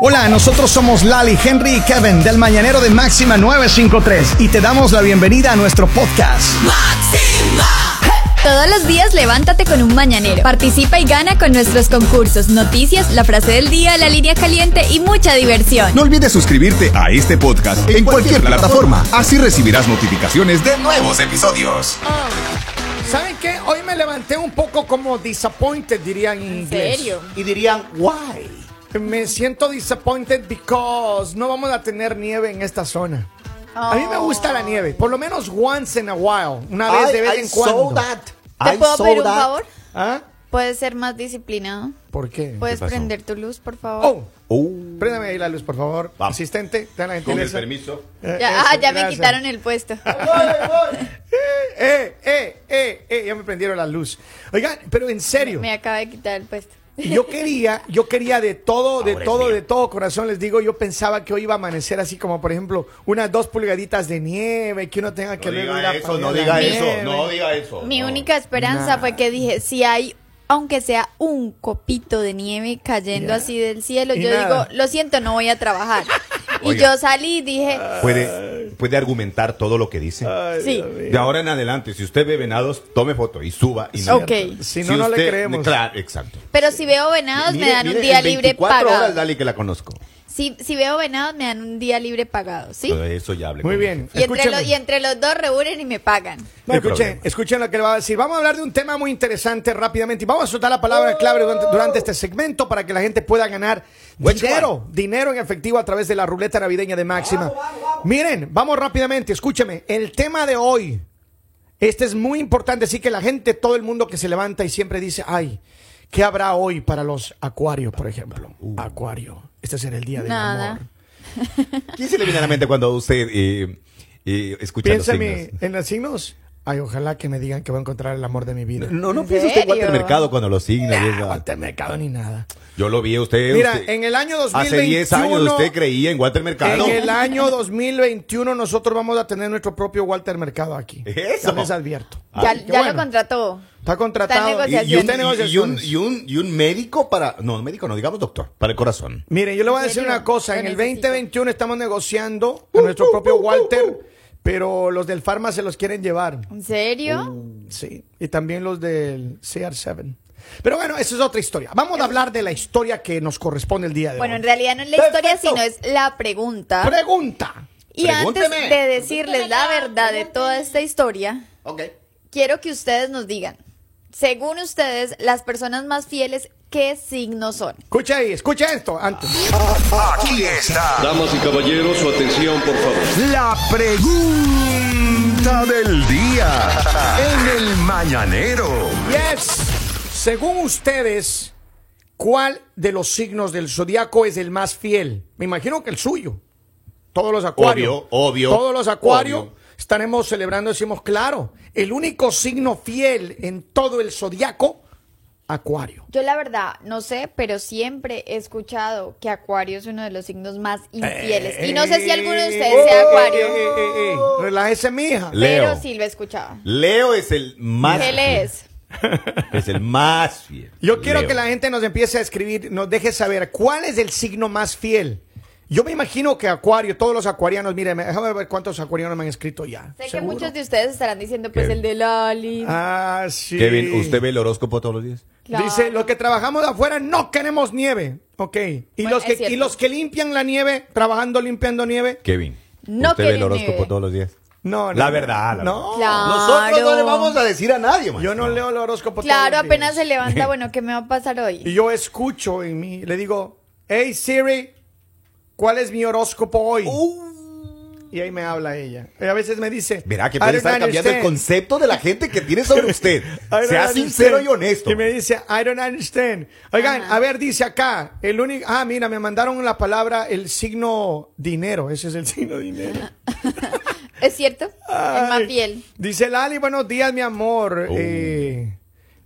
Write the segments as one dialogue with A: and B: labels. A: Hola, nosotros somos Lali, Henry y Kevin del Mañanero de Máxima 953 y te damos la bienvenida a nuestro podcast.
B: Todos los días levántate con un mañanero. Participa y gana con nuestros concursos, noticias, la frase del día, la línea caliente y mucha diversión.
C: No olvides suscribirte a este podcast en cualquier plataforma. Así recibirás notificaciones de nuevos episodios.
D: ¿Saben qué? Hoy me levanté un poco como disappointed, dirían en inglés.
B: serio?
D: Y dirían, why? Me siento disappointed because no vamos a tener nieve en esta zona. A mí me gusta la nieve, por lo menos once in a while, una vez de vez en cuando.
B: ¿Te puedo pedir un favor?
D: ¿Ah?
B: ¿Puedes ser más disciplinado?
D: ¿Por qué?
B: ¿Puedes prender tu luz, por favor?
D: Oh, préndame ahí la luz, por favor. Asistente, te la
C: Con el
D: gentileza.
C: permiso.
D: Eh,
B: Ya,
D: eso,
B: ah, ya me
D: gracias.
B: quitaron el puesto.
D: Eh, eh, eh, eh, ya me prendieron la luz. Oigan, pero en serio.
B: Me acaba de quitar el puesto.
D: Y yo quería, yo quería de todo, de todo, de todo corazón, les digo, yo pensaba que hoy iba a amanecer así como, por ejemplo, unas dos pulgaditas de nieve, que uno tenga que
C: No
D: luego ir
C: diga
D: a
C: eso,
D: pagar
C: no
D: la
C: diga eso,
D: nieve.
C: no diga eso.
B: Mi
C: no.
B: única esperanza
D: Oh, Nah.
B: fue que dije, si hay, aunque sea un copito de nieve cayendo
D: Ya.
B: así del cielo,
D: Y
B: yo
D: nada.
B: digo, lo siento, no voy a trabajar. y
E: Oiga.
B: yo salí y dije,
E: puede, puede argumentar todo lo que dice.
B: sí,
E: De ahora en adelante, si usted ve venados, tome foto y suba. Y
B: ok.
D: Si no, no le
E: usted-
D: creemos.
E: Claro, exacto.
B: Pero si veo venados, me
E: Mire-
B: dan un
E: mire,
B: día
E: en
B: libre
E: 24
B: pagado.
E: horas, dale que la conozco.
B: Si, si veo venados, me dan un día libre pagado, ¿sí?
E: Todo eso ya hablé
D: Muy
E: con
D: bien.
E: usted.
B: Y entre,
D: Escúchame.
B: los, y entre los dos reúnen y me pagan.
D: No,
E: ¿Qué
D: escuchen,
E: problema?
D: escuchen lo que le va a decir. Vamos a hablar de un tema muy interesante rápidamente y vamos a soltar la palabra clave durante, durante este segmento para que la gente pueda ganar
E: Which
D: dinero, dinero en efectivo a través de la ruleta navideña de Máxima. Miren, vamos rápidamente, escúcheme, el tema de hoy, este es muy importante, así que la gente, todo el mundo que se levanta y siempre dice, ay, ¿qué habrá hoy para los acuarios, por ejemplo?
E: Uh.
D: Acuario, este será el día del
B: Nada.
D: amor.
E: ¿Quién se le viene a la mente cuando usted eh, eh, escucha los
D: Piensa en
E: signos?
D: mi- en los signos. Ay, ojalá que me digan que voy a encontrar el amor de mi vida.
E: No, no
B: ¿En
E: piensa usted en
B: serio?
E: Watermercado cuando los signos. y eso.
D: mercado ni nada.
E: Yo lo vi a usted.
D: Mira,
E: usted-
D: en el año
E: Hace 10 años
D: 2021,
E: usted creía en Watermercado.
D: En el año 2021 nosotros vamos a tener nuestro propio Walter Mercado aquí. Ya
E: Eso.
D: les advierto.
E: Ah,
B: ya
D: qué
B: ya
D: bueno.
B: lo contrató.
D: Está contratado.
B: Está en
E: Y, y un,
B: Está en
E: y- y un- y un- y un médico para. No, médico no, digamos doctor, para el corazón.
D: Mire, yo le voy a
B: ¿En
D: decir
B: serio?
D: una cosa.
B: Lo
D: En el
B: necesito.
D: 2021 estamos negociando
E: Uh,
D: con nuestro propio Walter, pero los del Pharma se los quieren llevar.
B: ¿En
E: Oh,
B: serio?
D: Sí, y también los del CR7. Pero bueno, esa es otra historia. Vamos a hablar de la historia que nos corresponde el día de
B: bueno,
D: hoy.
B: en realidad no es la historia, sino es la pregunta.
D: Pregunta.
B: y antes
E: Pregúnteme.
B: de decirles la verdad de toda esta historia,
E: Ok.
B: quiero que ustedes nos digan, según ustedes, las personas más fieles, ¿qué signos son?
D: Escucha ahí, escucha esto antes.
C: Aquí está
F: Damas y caballeros, su atención, por favor.
C: la pregunta del día en el Mañanero.
D: Yes. Según ustedes, ¿cuál de los signos del zodiaco es el más fiel? Me imagino que el suyo. Todos los acuarios.
E: Obvio, obvio,
D: Todos los acuarios
E: obvio.
D: estaremos celebrando, decimos, claro, el único signo fiel en todo el zodiaco, acuario.
B: Yo la verdad no sé, pero siempre he escuchado que Acuario es uno de los signos más infieles. y no sé si alguno de ustedes sea
D: Eh,
B: Acuario,
D: eh, eh, eh, Relájese, mija.
E: Le- Leo.
B: pero sí lo he escuchado.
E: Leo es el más.
B: Él es.
E: Es el más fiel.
D: Yo quiero
E: Leo.
D: que la gente nos empiece a escribir, nos deje saber cuál es el signo más fiel. Yo me imagino que Acuario, todos los acuarianos, miren, déjame ver cuántos acuarianos me han escrito ya.
B: Sé que
D: seguro.
B: muchos de ustedes estarán diciendo, pues
E: Qué-
B: el de Lali.
D: Ah, sí.
E: Kevin, ¿usted ve el horóscopo todos los días?
B: Claro.
D: Dice, los que trabajamos afuera no queremos nieve. Ok. Y,
B: Bueno,
D: los,
B: es
D: que,
B: cierto.
D: y los que limpian la nieve, trabajando limpiando nieve,
E: Kevin.
B: No
E: ¿Usted ve el
B: Kevin
E: horóscopo
B: Nieve.
E: todos los días?
D: no. no
E: La verdad, la
D: no.
E: verdad.
B: Claro.
E: Nosotros no le vamos a decir a nadie,
D: Yo
E: maestro.
D: no leo el horóscopo.
B: Claro,
D: todos los días.
B: apenas se levanta, bueno, ¿qué me va a pasar
D: Y
B: hoy?
D: yo escucho en mí, le digo, hey Siri, ¿cuál es mi horóscopo hoy? Y ahí me habla ella. Y a veces me dice,
E: Uh. Verá que
D: "I
E: puede
D: don't
E: estar cambiando el
D: understand.
E: concepto de la gente que tiene sobre usted.
D: I don't
E: sea
D: understand.
E: sincero y honesto.
D: Y me dice, I don't understand. Oigan, a ver, dice acá, el único. Ah, mira, me mandaron la palabra, el signo dinero. Ese es el signo dinero.
B: ¿Es cierto? El más
D: Ay.
B: fiel.
D: Dice Lali, buenos días, mi amor.
E: Oh.
D: Eh,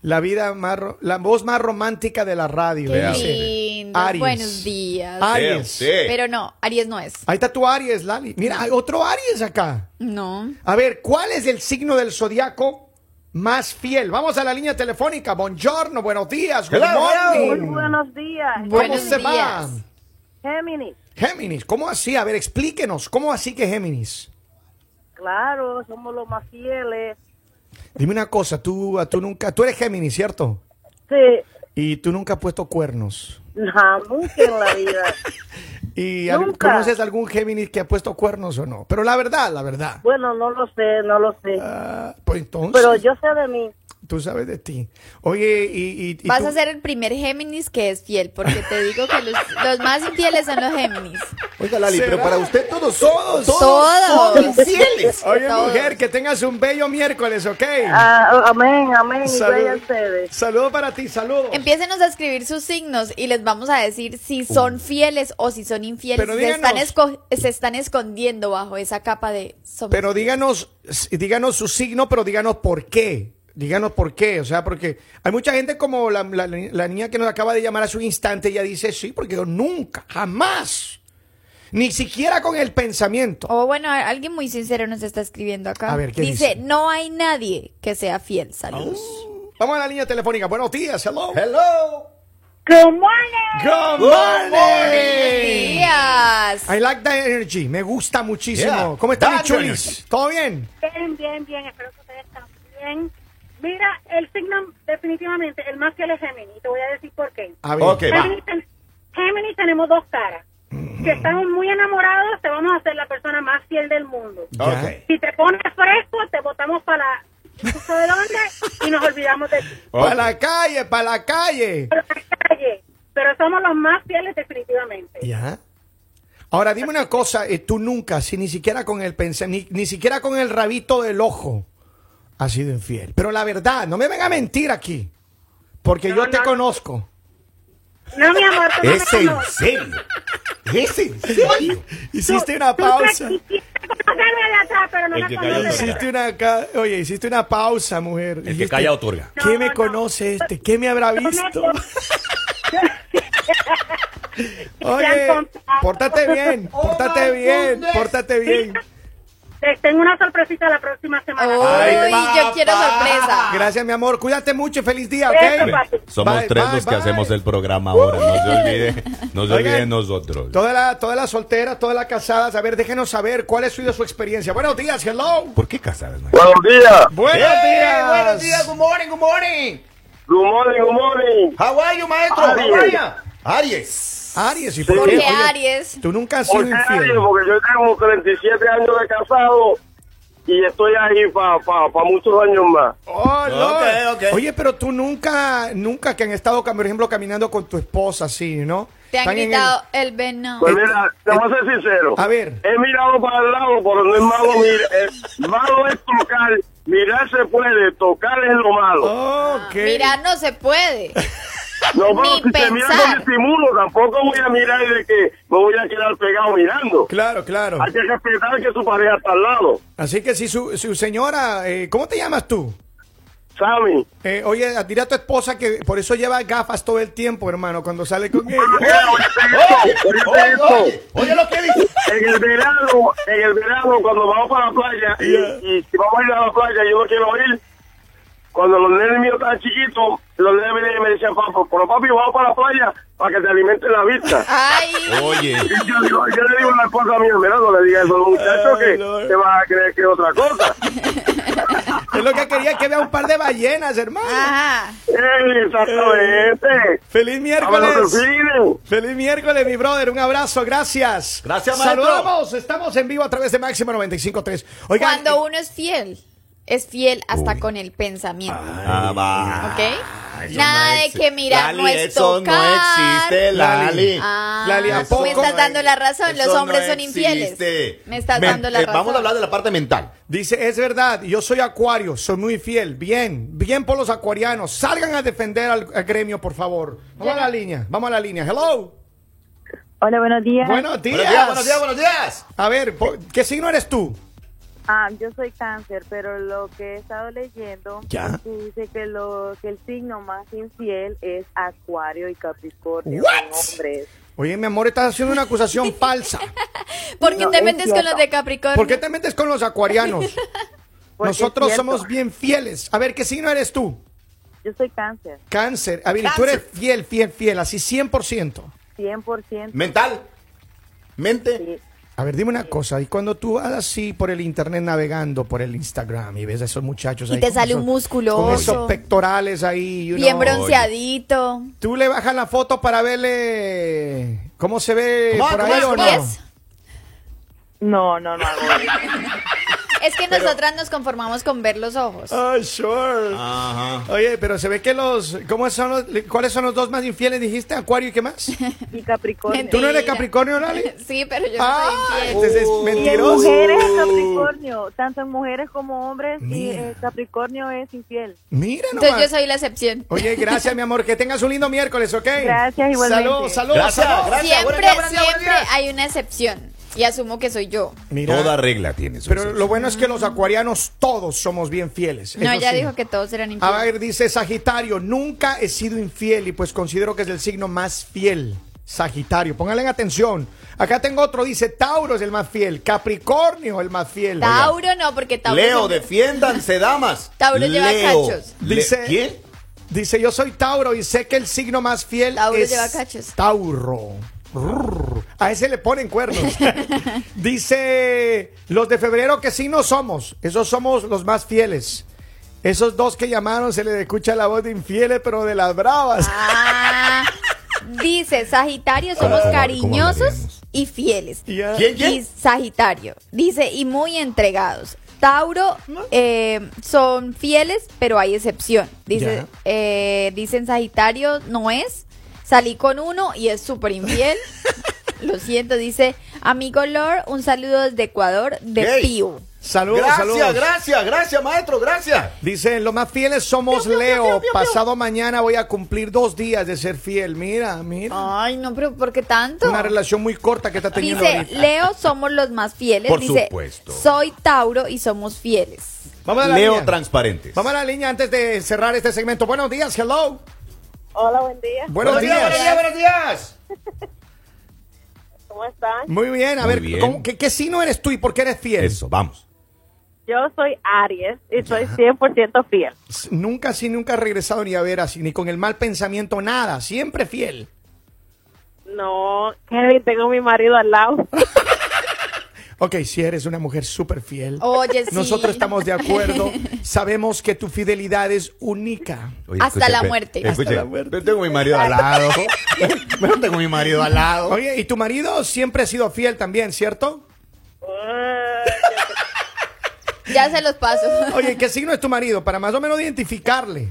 D: la vida más. ro- La voz más romántica de la radio.
B: Qué
D: dice.
B: lindo.
D: Aries.
B: Buenos días.
D: Aries.
E: Sí, sí.
B: Pero no, Aries no es.
D: Ahí está tu Aries, Lali. Mira, hay otro Aries acá.
B: No.
D: A ver, ¿cuál es el signo del zodiaco más fiel? Vamos a la línea telefónica. Buongiorno, buenos días. Good
E: Hello, hello.
D: morning.
G: Muy buenos días.
D: ¿Cómo
B: Buenos
D: se
B: días.
D: va?
G: Géminis.
D: Géminis, ¿cómo así? A ver, explíquenos, ¿cómo así que Géminis?
G: Claro, somos los más fieles.
D: Dime una cosa, tú, a- tú nunca, tú eres Géminis, ¿cierto?
G: Sí,
D: Y tú nunca has puesto cuernos.
G: jamás en la vida.
D: ¿Y al-
G: Nunca.
D: conoces algún Géminis que ha puesto cuernos o no? Pero la verdad, la verdad.
G: Bueno, no lo sé, no lo sé.
D: Ah, pues entonces,
G: Pero yo sé de mí.
D: tú sabes de ti. Oye, y... y- y
B: Vas
D: tú-
B: a ser el primer Géminis que es fiel, porque te digo que los, los más infieles son los Géminis.
E: Oiga, Lali, pero
D: ¿Será?
E: para usted todos, todos, todos,
B: Todos.
E: son fieles.
D: Oye,
B: Todos.
D: mujer, que tengas un bello miércoles, ¿ok?
G: Ah, amén, amén. Y
D: Salud.
G: vaya ustedes.
D: Saludo para ti, saludos.
B: Empiecenos a escribir sus signos y les vamos a decir si son fieles o si son infieles.
D: Pero
B: se, están
D: díganos.
B: esco- se están escondiendo bajo esa capa de... somos-
D: Pero díganos, s- díganos su signo, pero díganos por qué. Díganos por qué, o sea, porque hay mucha gente como la, la- la niña que nos acaba de llamar hace un instante, ella dice, sí, porque yo nunca, jamás, ni siquiera con el pensamiento.
B: O bueno, a- alguien muy sincero nos está escribiendo acá.
D: A ver, ¿qué dice? Oh.
B: no hay nadie que sea fiel. Saludos.
D: Vamos a la línea telefónica, buenos días, hello.
E: Hello.
G: Good morning.
D: Good
B: Buenos
D: morning.
B: días.
D: I like that energy, me gusta muchísimo.
E: Yeah.
D: ¿Cómo están, mis
E: That
D: chulis?
E: energy.
D: ¿Todo bien?
G: Bien, bien, bien. Espero que ustedes también. Mira, el signo definitivamente, el más fiel es Géminis. Y Te voy a decir por qué.
D: A ver.
E: Ok, va.
G: Géminis, ten- Géminis tenemos dos caras. Si estamos muy enamorados, te vamos a hacer la persona más fiel del mundo.
E: Ok.
G: Si te pones fresco, te botamos para la... ¿tú sabes dónde? Y nos olvidamos de ti.
D: Para la calle, para la calle.
G: Pero, calle, pero somos los más fieles definitivamente.
D: Ya. Ahora dime una cosa, eh, tú nunca, si ni siquiera con el pensa- ni, ni siquiera con el rabito del ojo has sido infiel. Pero la verdad, no me venga a mentir aquí, porque yo
G: No,
D: te
G: no.
D: conozco.
G: No, mi amor, tú no me
E: Es en
G: conoces.
E: serio. Es en serio.
D: Hiciste
G: Tú-
D: una
G: tú
D: pausa.
G: te quisiste conocerme de atrás, pero no
H: El
G: me
H: que cayó
G: conoces.
H: en
D: Hiciste una ca- Oye, hiciste una pausa, mujer.
H: El que
D: Dijiste,
H: calla otorga.
D: ¿Qué
G: No,
D: me
G: no.
D: conoce este? ¿Qué me habrá visto? Oye, pórtate bien, pórtate bien, pórtate bien.
G: Les tengo una sorpresita la próxima semana.
B: Uy, yo
E: papá.
B: quiero sorpresa.
D: Gracias, mi amor. Cuídate mucho y feliz día,
G: Eso,
D: ¿ok?
G: papi.
E: Somos
D: Bye,
E: tres
D: bye,
E: los que
D: bye.
E: hacemos el programa ahora. No se olvide, no se
D: Oigan.
E: olvide de nosotros.
D: Todas las todas las solteras, todas las casadas, a ver, déjenos saber cuál ha sido su experiencia. Buenos días, hello.
E: ¿Por qué casadas, maestro?
I: Buenos días.
D: Buenos días.
E: good morning, good morning.
I: Good morning, good morning.
E: How are you, maestro?
I: Aries.
E: How are ya? Aries.
D: Aries, ¿y por
B: Porque
D: qué? Oye,
B: Aries.
D: Tú nunca has sido
I: Porque,
D: infiel.
I: porque yo tengo 37 años de casado y estoy ahí para pa, pa muchos años más.
D: Oh, Lord.
E: Ok, ok.
D: Oye, pero tú nunca, nunca que han estado, cam- por ejemplo, caminando con tu esposa así, ¿no?
B: Te han
D: Están en el-
B: gritado el, venado.
I: Pues mira, te voy a ser sincero.
D: A ver.
I: He mirado para el lado, pero no es malo. Mira, es, malo es tocar. Mirar se puede, tocar es lo
D: Oh.
I: malo.
D: Ok.
B: Mirar no se puede.
I: No, pero
B: ni
I: si te miras
B: pensar.
I: con estimulo, tampoco voy a mirar de que me voy a quedar pegado mirando.
D: Claro, claro.
I: Hay que respetar que su pareja está al lado.
D: Así que si su, su señora, eh, ¿cómo te llamas tú?
I: ¿Saben?
D: Eh, oye, dile a tu esposa que por eso lleva gafas todo el tiempo, hermano, cuando sale con
I: Oye,
D: ella.
I: oye, oye,
D: Oh,
I: oye,
E: Oye lo que dice.
I: En el verano, en el verano, cuando vamos para la playa, y- y, si vamos a ir a la playa, yo no quiero ir. Cuando los nenes míos estaban chiquitos, los nenes venían y me decían, papá, pero papi, vamos para la playa para que te alimente la vista.
B: Ay,
E: Oye.
I: Y yo, digo- yo le digo a la esposa mía, mira, no le digas eso a los
D: Ay,
I: muchachos que
D: Lord.
I: te vas a creer que es otra cosa.
D: Es lo que quería que vea un par de ballenas, hermano.
B: ajá.
I: Ey, exactamente.
D: Feliz miércoles.
I: Vámonos, fines.
D: Feliz miércoles, mi brother. Un abrazo, gracias.
E: Gracias, maestro.
D: Saludamos, estamos en vivo a través de Máxima 95.3. Oigan,
B: Cuando
D: eh,
B: uno es fiel, es fiel hasta
E: Uy.
B: con el pensamiento.
E: Ah, va.
B: ¿Ok?
E: Ay,
B: Nada
E: no
B: de
E: exi-
B: que mirar
E: Lali,
B: no es
E: eso no
B: tocar.
E: existe, Lali.
B: Ah,
D: Lali, ¿a
E: Eso
D: poco?
B: me estás
E: no
B: dando
E: es-
B: la razón, los
E: eso
B: hombres
E: no
B: son infieles.
E: existe.
B: Me estás dando la
E: eh,
B: razón.
E: Vamos a hablar de la parte mental.
D: dice, es verdad, yo soy acuario, soy muy fiel. Bien, bien por los acuarianos. Salgan a defender al, al gremio, por favor. Vamos a la línea, vamos a la línea. Hello.
G: Hola, buenos días.
D: Buenos días.
E: Buenos días, buenos días, buenos días.
D: A ver, po- ¿qué signo eres tú?
G: Ah, yo soy cáncer, pero lo que he estado leyendo
D: Ya.
G: que dice que lo que el signo más infiel es Acuario y Capricornio.
D: What?
G: son hombres.
D: Oye, mi amor, estás haciendo una acusación falsa.
B: ¿Por qué
G: No,
B: te
G: es
B: metes con
G: cierto.
B: los de Capricornio?
D: ¿Por qué te metes con los acuarianos?
G: Porque es
D: Nosotros
G: cierto,
D: somos bien fieles. A ver, ¿qué signo eres tú?
G: Yo soy cáncer.
D: Cáncer. A ver, y tú eres fiel, fiel, fiel, así 100%.
H: 100%.
E: ¿Mental? ¿Mente?
H: sí.
D: A ver, dime una cosa, y cuando tú vas así por el internet navegando, por el Instagram, y ves a esos muchachos
B: Y
D: ahí...
B: te
D: con
B: sale un
D: esos-
B: musculoso.
D: Con esos pectorales ahí, you
B: Bien
D: know.
B: bronceadito.
D: ¿Tú le bajas la foto para verle cómo se ve
E: ¿Cómo?
D: por
E: ¿Cómo
D: ahí
E: es?
D: o no?
B: ¿Y es?
H: No, no, no. no.
B: Es que nosotras nos conformamos con ver los ojos.
D: Ah, sure.
E: Ajá.
D: Oye, pero se ve que los, ¿cómo son los- ¿Cuáles son los dos más infieles? Dijiste Acuario y qué más.
H: Y Capricornio.
D: ¿Tú no eres
B: Mira.
D: Capricornio, Lali?
B: Sí, pero yo no
D: Ah,
B: soy infiel.
D: entonces es
H: Y en
D: mentiroso.
H: mujeres es Capricornio, tanto en mujeres como hombres, y
D: Mira.
H: eh, Capricornio es infiel.
D: Mira
B: Entonces yo
D: nomás.
B: soy la excepción.
D: Oye, gracias, mi amor. Que tengas un lindo miércoles, ¿ok?
H: Gracias, igualmente.
D: Saludos, saludos,
E: Gracias,
D: saludos.
E: gracias.
B: siempre,
E: Buenos días, buenos días,
B: siempre
E: buenos días.
B: hay una excepción. Y asumo que soy yo.
D: Mira,
E: Toda regla tiene su
D: pero
E: excepción.
D: lo bueno es que los acuarianos todos somos bien fieles.
B: No,
D: eso
B: ya
D: sí.
B: dijo que todos
E: Ah,
B: eran infieles.
D: A ver, dice Sagitario, nunca he sido infiel y pues considero que es el signo más fiel. Sagitario, pónganle atención. Acá tengo otro, dice Tauro es el más fiel, Capricornio el más fiel.
B: Tauro no, porque Tauro.
E: Leo,
B: siempre-
E: defiéndanse, damas.
B: Tauro lleva
E: Leo.
B: cachos.
E: Le-
D: Dice-
E: ¿Quién?
D: Dice, yo soy Tauro y sé que el signo más fiel
B: Tauro
D: es
B: lleva cachos.
D: Tauro. Rrr. A ese le ponen cuernos. Dice, los de febrero, ¿qué signo somos? Esos somos los más fieles. Esos dos que llamaron se les escucha la voz de infieles, pero de las bravas.
B: Ah, dice Sagitario, somos
E: ¿cómo- cómo
B: cariñosos
E: hablaríamos?
B: y fieles.
D: Ya.
E: ¿Quién, quién?
B: Y Sagitario, dice, y muy entregados. Tauro eh, son fieles, pero hay excepción. Dice,
D: Ya.
B: eh, dicen Sagitario no es. Salí con uno y es súper infiel. Lo siento, dice amigo Lord, un saludo desde Ecuador de
E: Ey.
B: Pío.
D: Saludos,
E: Gracias,
D: saludos.
E: gracias, gracias, maestro, gracias.
D: Dice, los más fieles somos Leo. Pasado mañana voy a cumplir dos días de ser fiel. Mira, mira.
B: Ay, no, pero ¿por qué tanto?
D: Una relación muy corta que está teniendo.
B: Oh. Dice,
D: ahorita.
B: Leo somos los más fieles.
E: Por
B: Dice,
E: supuesto.
B: soy Tauro y somos fieles.
D: Vamos a la
E: Leo
D: línea.
E: transparentes.
D: Vamos a la línea antes de cerrar este segmento. Buenos días, hello.
H: Hola, buen día.
D: Buenos, días.
E: buenos días.
H: ¿Cómo están?
D: Muy bien, a
E: Muy
D: ver,
E: bien.
D: ¿cómo- qué, qué signo eres tú y por qué eres fiel?
E: Eso, vamos.
H: Yo soy Aries y soy 100% fiel.
D: S- Nunca así, nunca has regresado ni a ver así, ni con el mal pensamiento, nada. Siempre fiel.
H: No, Kevin, tengo a mi marido al lado.
D: Ok, si eres una mujer súper fiel.
B: Oye, sí.
D: Nosotros estamos de acuerdo. Sabemos que tu fidelidad es única.
E: Oye,
B: Hasta la
E: pe-
B: muerte.
E: Escuche,
D: Hasta la muerte.
E: Yo tengo mi marido al lado. Yo tengo mi marido al lado.
D: Oye, y tu marido siempre ha sido fiel también, ¿cierto?
B: Ya se los paso.
D: Oye, ¿qué signo es tu marido? Para más o menos identificarle.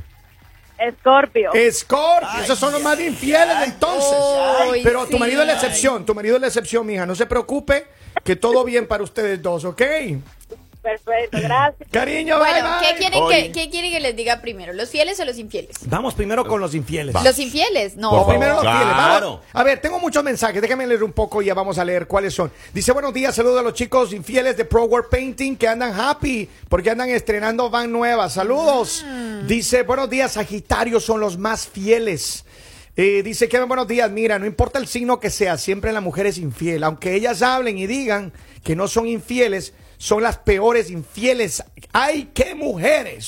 H: Escorpio.
D: Eh. Escorpio, esos son los más infieles entonces.
B: Ay,
D: Pero
B: sí.
D: tu marido es la excepción, tu marido es la excepción, mija. No se preocupe, que todo bien para ustedes dos, ¿ok?
H: Perfecto, gracias.
D: Cariño,
B: bueno,
D: bye,
B: ¿qué
D: bye.
B: quieren, que,
E: Oye.
B: qué quieren que les diga primero? ¿Los fieles o los infieles?
D: Vamos primero con los infieles.
E: Va.
B: Los infieles, no.
E: Por favor.
D: Primero los
E: Claro.
D: fieles, vamos. A ver, tengo muchos mensajes. Déjame leer un poco y ya vamos a leer cuáles son. Dice, buenos días, saludos a los chicos infieles de Pro World Painting que andan happy porque andan estrenando van nueva. Saludos.
B: Mm.
D: Dice, buenos días, Sagitario son los más fieles. Eh, dice Kevin, buenos días. Mira, no importa el signo que sea, siempre la mujer es infiel. Aunque ellas hablen y digan que no son infieles, son las peores infieles. ¡Ay, qué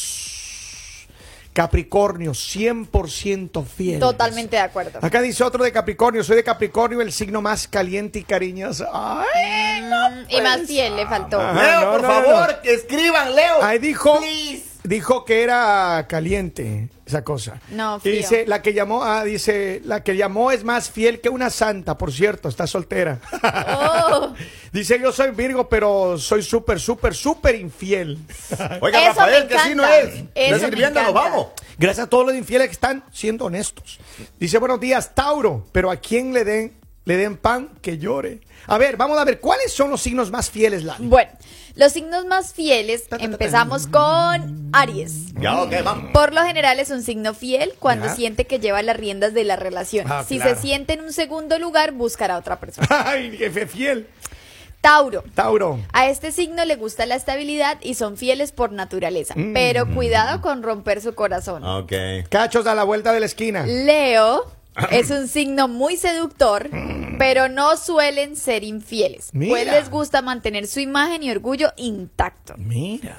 D: mujeres! Capricornio, 100% fiel.
B: Totalmente de acuerdo.
D: Acá dice otro de Capricornio. Soy de Capricornio, el signo más caliente y cariñoso. Ay,
B: Mm, y más fiel le faltó.
D: Ajá.
E: Leo,
D: no,
E: por
D: no,
E: favor,
D: no.
E: que escriban, Leo.
D: Ahí dijo,
E: Please.
D: dijo que era caliente esa cosa.
B: No,
D: y
B: frío.
D: dice la que llamó, ah, dice la que llamó es más fiel que una santa, por cierto, está soltera.
B: Oh.
D: dice yo soy Virgo, pero soy súper, súper, súper infiel.
E: Oiga,
B: Eso
E: Rafael,
B: me
E: que así no
B: encanta.
E: es.
B: Eso
E: Está
B: me
E: sirviendo, nos
B: encanta.
E: vamos.
D: Gracias a todos los infieles que están siendo honestos. Dice, buenos días, Tauro, pero a quién le den, le den pan que llore. A ver, vamos a ver, ¿cuáles son los signos más fieles, Lali?
B: Bueno, los signos más fieles empezamos con Aries.
E: Ya, ok, vamos.
B: Por lo general es un signo fiel cuando
D: Ya.
B: siente que lleva las riendas de la relación.
D: Ah,
B: si
D: claro.
B: se siente en un segundo lugar, buscará a otra persona.
D: Ay, jefe fiel.
B: Tauro.
D: Tauro.
B: A este signo le gusta la estabilidad y son fieles por naturaleza,
D: Mm.
B: pero cuidado con romper su corazón.
D: Ah.
E: Ok.
D: Cachos a la vuelta de la esquina.
B: Leo
D: Ah.
B: es un signo muy seductor, pero no suelen ser infieles,
D: Mm. Mira.
B: pues les gusta mantener su imagen y orgullo intacto.
D: Mira.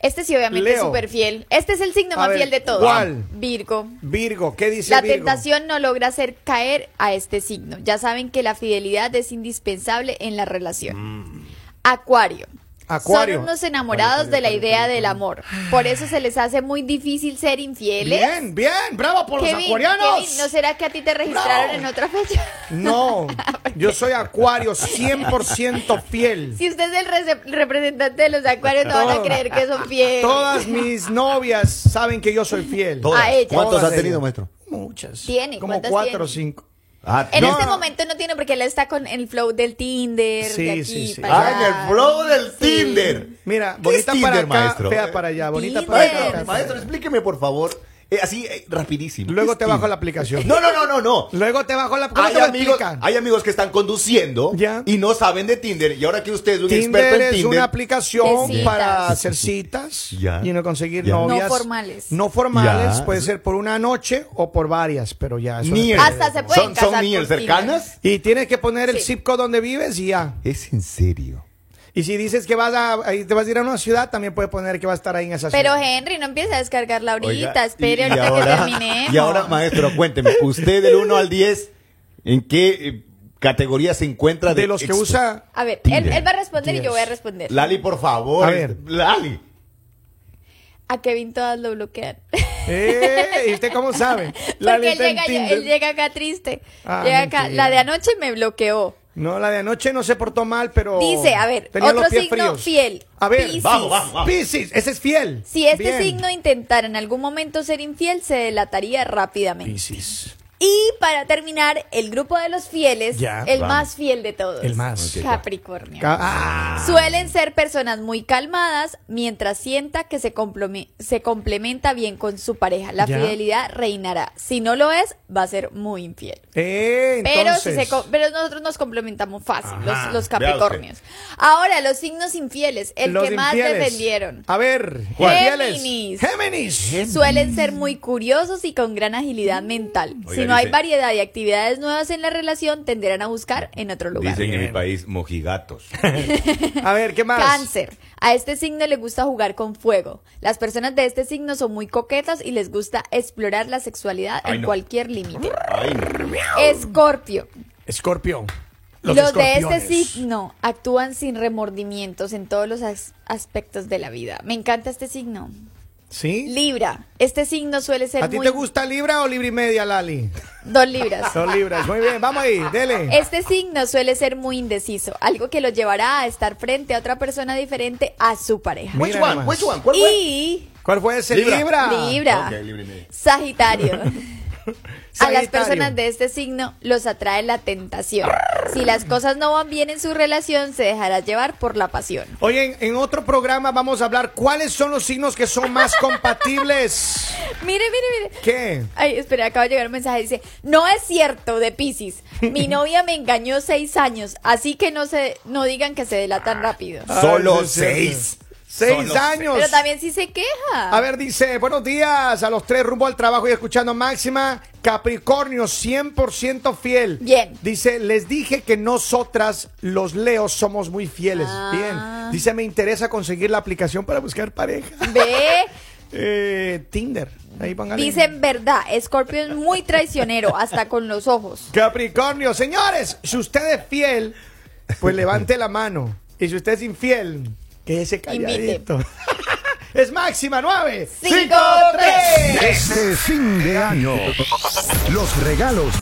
B: Este sí, obviamente,
D: Leo.
B: es súper fiel. Este es el signo
D: A
B: más
D: ver,
B: fiel de todos.
D: ¿cuál?
B: Virgo.
D: Virgo, ¿qué dice
B: La
D: Virgo?
B: tentación no logra hacer caer a este signo. Ya saben que la fidelidad es indispensable en la relación. Acuario.
D: Mm. Acuario.
B: Son unos enamorados de la idea del amor. Por eso se les hace muy difícil ser infieles.
D: Bien, bien, bravo por los
B: Kevin,
D: acuarianos.
B: Kevin, ¿no será que a ti te registraron
D: No.
B: en otra fecha?
D: No,
B: Ah,
D: yo soy acuario 100% fiel.
B: Si usted es el rece- representante de los acuarios, no van a
D: Todas.
B: creer que son fieles.
D: Todas mis novias saben que yo soy fiel.
E: Todas.
B: A ella.
E: ¿Cuántos
D: Todas
E: has
D: ellas.
E: tenido, maestro?
D: Muchas.
B: Tiene,
D: Como
B: ¿cuántas
D: cuatro
B: tiene?
D: o cinco.
E: Ah,
B: En
E: no.
B: este
D: no.
B: momento no tiene porque él está con el flow del Tinder.
D: Sí,
B: de aquí,
D: sí, sí.
B: para
E: Ah, en
B: allá.
E: el flow del
B: Sí.
E: Tinder.
D: Mira,
E: ¿Qué es
D: bonita
E: Tinder,
D: para acá,
E: maestro?
D: fea para allá, bonita para acá.
B: Tinder.
E: Maestro,
D: fea para
E: maestro,
D: allá.
E: explíqueme, por favor. Eh, así, eh, rapidísimo.
D: Luego
E: ¿Qué
D: te
E: es
D: bajo
E: Tinder?
D: la aplicación.
E: No, no, no, no, no.
D: Luego te bajo la ¿Cómo
E: Hay
D: te lo
E: amigos,
D: explican?
E: hay amigos que están conduciendo
D: Ya.
E: y no saben de Tinder. Y ahora que usted es un
D: Tinder
E: experto en
D: es
E: Tinder.
D: una aplicación
B: De citas.
D: para hacer citas
E: Ya.
D: y no conseguir
E: Ya. No
D: novias.
B: formales.
D: No formales,
E: Ya.
D: puede ser por una noche o por varias, pero ya. eso
E: Near.
D: depende.
B: Hasta se pueden
E: ¿Son, son
B: casar
E: near
B: por Tinder.
E: cercanas?
D: Y tienes que poner el
B: Sí.
D: zip code donde vives y ya.
E: Es en serio.
D: Y si dices que vas a, ahí te vas a ir a una ciudad, también puedes poner que vas a estar ahí en esa
B: Pero
D: ciudad.
B: Henry, no empieza a descargarla ahorita.
E: Oiga,
B: Espere
E: y- y
B: ahorita
E: ahora-
B: que terminemos.
E: Y ahora, maestro, cuénteme, usted del 1 al 10, ¿en qué eh, categoría se encuentra?
D: de los que
E: exper-
D: usa.
B: A ver, él,
E: Tinder.
B: él va a responder y
D: Dios.
B: yo voy a responder.
E: Lali, por favor.
D: A ver.
E: Lali.
B: A Kevin todas lo bloquean.
D: Eh, ¿Y usted cómo sabe?
B: Porque él
D: lista en
B: llega,
D: Tinder.
B: él llega acá triste.
D: Ah,
B: llega acá.
D: mentira.
B: La de anoche me bloqueó.
D: No, la de anoche no se portó mal, pero.
B: Dice, a ver,
D: tenía
B: otro
D: los pies
B: signo
D: fríos.
B: fiel,
D: A ver,
B: Piscis.
E: Vamos, vamos, vamos.
D: Piscis, ese es fiel.
B: Si este
D: Bien.
B: signo intentara en algún momento ser infiel, se delataría rápidamente.
D: Piscis.
B: Y para terminar, el grupo de los fieles,
D: Ya,
B: el
E: vamos.
B: más fiel de todos.
D: El más.
E: Ok.
B: Capricornio.
D: Ca- ah,
B: Suelen ser personas muy calmadas mientras sienta que se, complome- se complementa bien con su pareja. La
D: Ya.
B: fidelidad reinará. Si no lo es, va a ser muy infiel.
D: eh,
B: Pero, si
D: entonces.
B: se co- pero nosotros nos complementamos fácil,
D: Ajá,
B: los, los Capricornios. Ahora, los signos infieles, el
D: Los
B: que más
D: infieles. Ah,
B: defendieron.
D: A ver,
B: ¿Cuál?
D: infieles.
B: Géminis.
D: Géminis.
B: Suelen ser muy curiosos y con gran
D: Mm.
B: agilidad mental. si
E: Oiga,
B: no hay
E: dice-
B: variedad de actividades nuevas en la relación, tenderán a buscar en otro lugar.
E: Dicen en mi país, mojigatos.
D: A ver, ¿qué más?
B: Cáncer. A este signo le gusta jugar con fuego. Las personas de este signo son muy coquetas y les gusta explorar la sexualidad
E: Ay,
B: en
E: no.
B: cualquier límite.
E: Ay, no.
B: Escorpio.
D: Escorpio.
B: Los, de este
D: escorpiones.
B: signo actúan sin remordimientos en todos los as- aspectos de la vida. Me encanta este signo.
D: ¿Sí?
B: Libra. Este signo suele ser
D: ¿A ti
B: muy...
D: te gusta Libra o Libra y media, Lali?
B: Dos libras.
D: Son Libras. Muy bien, vamos ahí, dele.
B: Este signo suele ser muy indeciso, algo que lo llevará a estar frente a otra persona diferente a su pareja.
D: Mira
E: Which one?
D: nomás.
E: Which one? ¿Cuál fue?
B: Y
D: ¿Cuál fue ese?
E: Libra.
D: Libra.
B: Libra,
E: Ok, libre y medio.
B: Sagitario. A las
D: Sagitario.
B: personas de este signo los atrae la tentación. Si las cosas no van bien en su relación, se dejará llevar por la pasión.
D: Oye, en, en otro programa vamos a hablar cuáles son los signos que son más compatibles.
B: Mire, mire, mire.
D: ¿Qué?
B: Ay, espera, acaba de llegar un mensaje. Dice, no es cierto de Pisces. Mi novia me engañó seis años, así que no se, no digan que se delatan rápido.
E: Solo
D: Ay, sí,
E: seis.
D: Seis
E: Solo
D: años.
B: Pero también sí se queja.
D: A ver, dice, buenos días a los tres rumbo al trabajo y escuchando Máxima Capricornio, 100% fiel.
B: Bien.
D: Dice, les dije que nosotras, los leos, somos muy fieles.
B: Ah.
D: Bien. Dice, me interesa conseguir la aplicación para buscar pareja.
B: Ve,
D: Eh, Tinder. Ahí póngale.
B: dicen verdad, Scorpio es muy traicionero, hasta con los ojos.
D: Capricornio, señores, si usted es fiel, pues levante la mano. Y si usted es infiel, quédese calladito. es máxima 9.
B: Cinco, tres.
A: Este fin de año, los regalos